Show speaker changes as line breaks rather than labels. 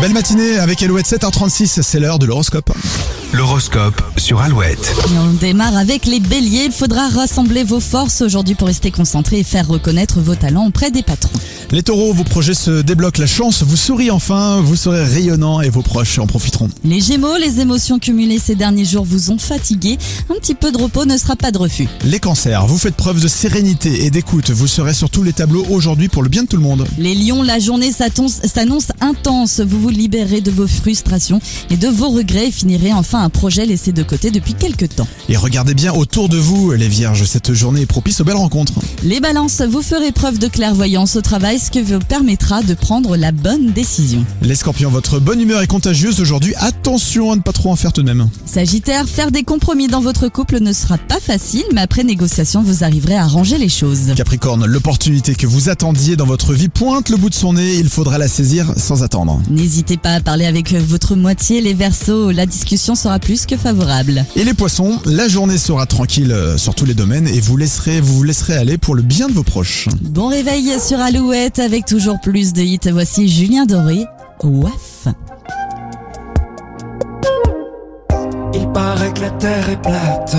Belle matinée avec Elouette 7h36, c'est l'heure de l'horoscope.
L'horoscope sur Alouette.
Et on démarre avec les béliers. Il faudra rassembler vos forces aujourd'hui pour rester concentré et faire reconnaître vos talents auprès des patrons.
Les taureaux, vos projets se débloquent, la chance vous sourit enfin, vous serez rayonnant et vos proches en profiteront.
Les gémeaux, les émotions cumulées ces derniers jours vous ont fatigué. Un petit peu de repos ne sera pas de refus.
Les cancers, vous faites preuve de sérénité et d'écoute, vous serez sur tous les tableaux aujourd'hui pour le bien de tout le monde.
Les lions, la journée s'annonce s'annonce intense. Vous vous libérez de vos frustrations et de vos regrets et finirez enfin un projet laissé de côté depuis quelques temps.
Et regardez bien autour de vous, les vierges, cette journée est propice aux belles rencontres.
Les balances, vous ferez preuve de clairvoyance au travail, ce qui vous permettra de prendre la bonne décision.
Les scorpions, votre bonne humeur est contagieuse aujourd'hui, attention à ne pas trop en faire tout de même.
Sagittaire, faire des compromis dans votre couple ne sera pas facile, mais après négociation, vous arriverez à ranger les choses.
Capricorne, l'opportunité que vous attendiez dans votre vie pointe le bout de son nez, il faudra la saisir sans attendre.
N'hésitez pas à parler avec votre moitié, les versos, la discussion sera plus que favorable.
Et les poissons, la journée sera tranquille euh, sur tous les domaines et vous laisserez, vous, vous laisserez aller pour le bien de vos proches.
Bon réveil sur Alouette avec toujours plus de hits. Voici Julien Doré, WAF.
Il paraît que la terre est plate.